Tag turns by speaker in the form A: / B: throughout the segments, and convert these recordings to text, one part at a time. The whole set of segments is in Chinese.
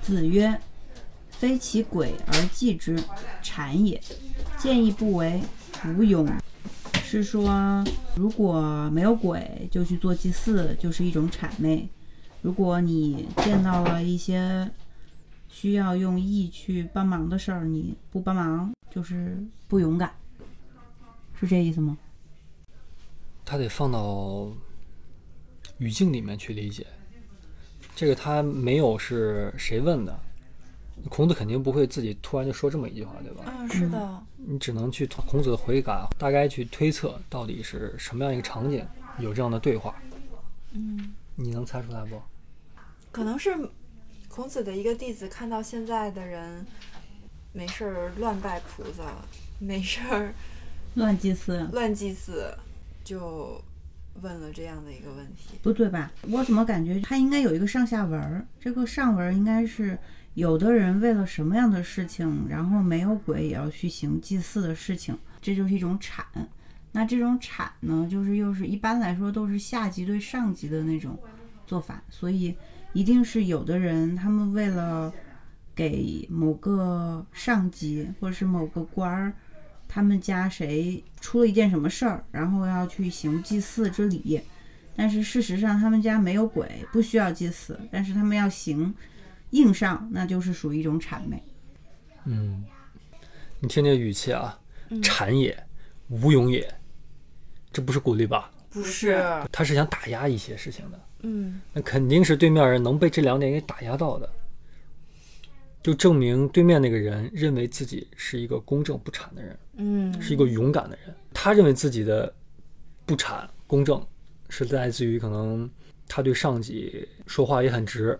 A: 子曰：“非其诡而计之，谄也。见义不为，无勇。”是说如果没有鬼，就去做祭祀，就是一种谄媚；如果你见到了一些需要用义去帮忙的事儿，你不帮忙就是不勇敢，是这意思吗？
B: 它得放到语境里面去理解。这个他没有是谁问的，孔子肯定不会自己突然就说这么一句话，对吧？
C: 嗯，是的，
B: 你只能去从孔子的悔改，大概去推测到底是什么样一个场景有这样的对话。
C: 嗯，
B: 你能猜出来不？
C: 可能是孔子的一个弟子看到现在的人没事儿乱拜菩萨，没事儿
A: 乱祭祀
C: 乱祭祀，就问了这样的一个问题。
A: 不对吧？我怎么感觉它应该有一个上下文儿？这个上文儿应该是有的人为了什么样的事情，然后没有鬼也要去行祭祀的事情，这就是一种谄。那这种谄呢，就是又是一般来说都是下级对上级的那种做法，所以一定是有的人他们为了给某个上级或者是某个官儿，他们家谁出了一件什么事儿，然后要去行祭祀之礼。但是事实上他们家没有鬼，不需要祭祀，但是他们要行硬上，那就是属于一种谄媚。
B: 嗯，你听这语气啊，
C: 嗯
B: 谄也，无勇也，这不是鼓励吧？
C: 不
A: 是，
B: 他是想打压一些事情的，
C: 嗯，
B: 那肯定是对面人能被这两点给打压到的，就证明对面那个人认为自己是一个公正不谄的人。
C: 嗯，
B: 是一个勇敢的人。他认为自己的不谄公正是来自于可能他对上级说话也很直，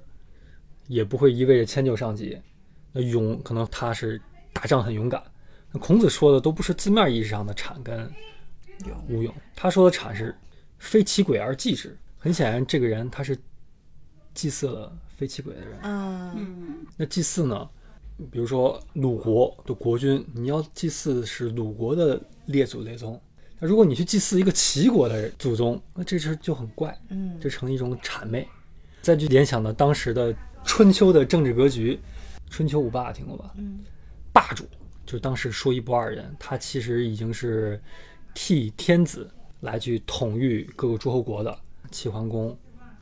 B: 也不会一味的迁就上级。那勇可能他是打仗很勇敢。那孔子说的都不是字面意义上的谄跟
C: 有
B: 无勇，他说的谄是非其鬼而祭之。很显然，这个人他是祭祀了非其鬼的人。
C: 嗯
A: 嗯，
B: 那祭祀呢？比如说鲁国的国君，你要祭祀是鲁国的列祖列宗。那如果你去祭祀一个齐国的祖宗，那这事儿就很怪，
C: 嗯
B: 这成了一种谄媚。再去联想到当时的春秋的政治格局，春秋五霸听过吧？
C: 嗯
B: 霸主就是当时说一不二人，他其实已经是替天子来去统御各个诸侯国的，齐桓公、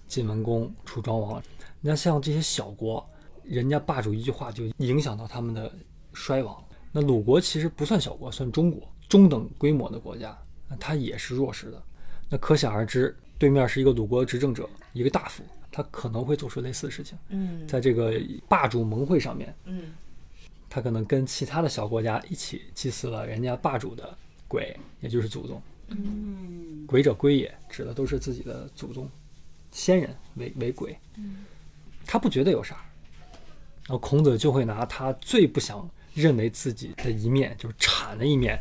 B: 晋文公、楚庄王。你看，像这些小国，人家霸主一句话就影响到他们的衰亡。那鲁国其实不算小国，算中国中等规模的国家，那它也是弱势的。那可想而知，对面是一个鲁国执政者，一个大夫，他可能会做出类似的事情。
C: 嗯
B: 在这个霸主盟会上面，
C: 嗯
B: 他可能跟其他的小国家一起祭祀了人家霸主的鬼，也就是祖宗。嗯，鬼者归也，指的都是自己的祖宗、先人为为鬼。他不觉得有啥，然后孔子就会拿他最不想认为自己的一面，就是谄的一面，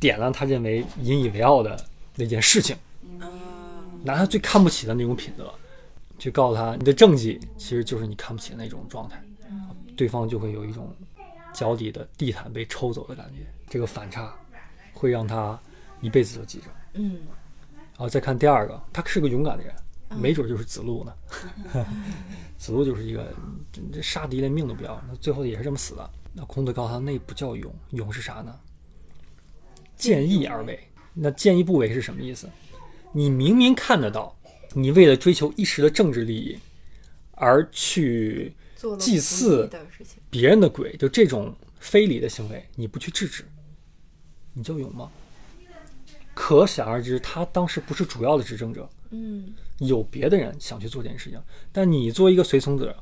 B: 点了他认为引以为傲的那件事情，
C: 嗯
B: 拿他最看不起的那种品德，去告诉他你的政绩其实就是你看不起的那种状态，对方就会有一种脚底的地毯被抽走的感觉。这个反差会让他一辈子都记着。
C: 嗯
B: 然后再看第二个，他是个勇敢的人，没准就是子路呢。 子路就是一个这这杀敌连命都不要，那最后也是这么死的。那孔子告诉他，那不叫勇，勇是啥呢？见义而为。那见义不为是什么意思？你明明看得到，你为了追求一时的政治利益，而去
C: 做了
B: 祭祀
C: 不义的事情，
B: 别人的鬼，就这种非礼的行为，你不去制止，你叫勇吗？可想而知，他当时不是主要的执政者，
C: 嗯
B: 有别的人想去做这件事情，但你作为一个随从者，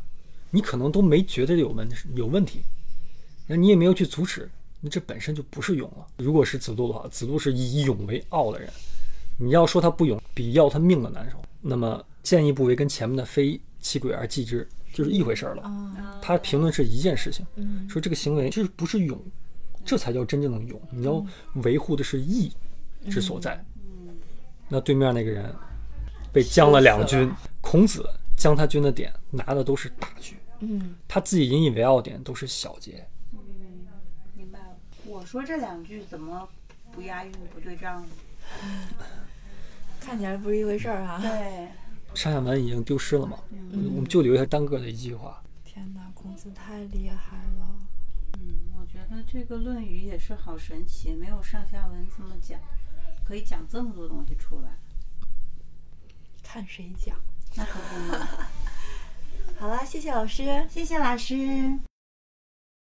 B: 你可能都没觉得有问有问题，那你也没有去阻止，那这本身就不是勇了。如果是子路的话，子路是以勇为傲的人，你要说他不勇，比要他命的难受。那么见义不为跟前面的非其鬼而祭之就是一回事儿了。
C: 啊
B: 他评论是一件事情，
C: 嗯
B: 说这个行为这不是勇，这才叫真正的勇。你要维护的是义之所在。那对面那个人被将了两军，孔子将他军的点拿的都是大局，
C: 嗯
B: 他自己引以为傲的点都是小节。
A: 明白了。我说这两句怎么不押韵不对仗呢？
C: 看起来不是
A: 嗯
C: 一回事儿啊。
A: 对，
B: 上下文已经丢失了嘛，
A: 嗯
B: 我们就留下单个的一句话：
C: 天哪，孔子太厉害了！
A: 嗯，我觉得这个《论语》也是好神奇，没有上下文这么讲，可以讲这么多东西出来，
C: 看谁讲。
A: 那可不嘛。
C: 好啦，谢谢老师。
A: 谢谢老师。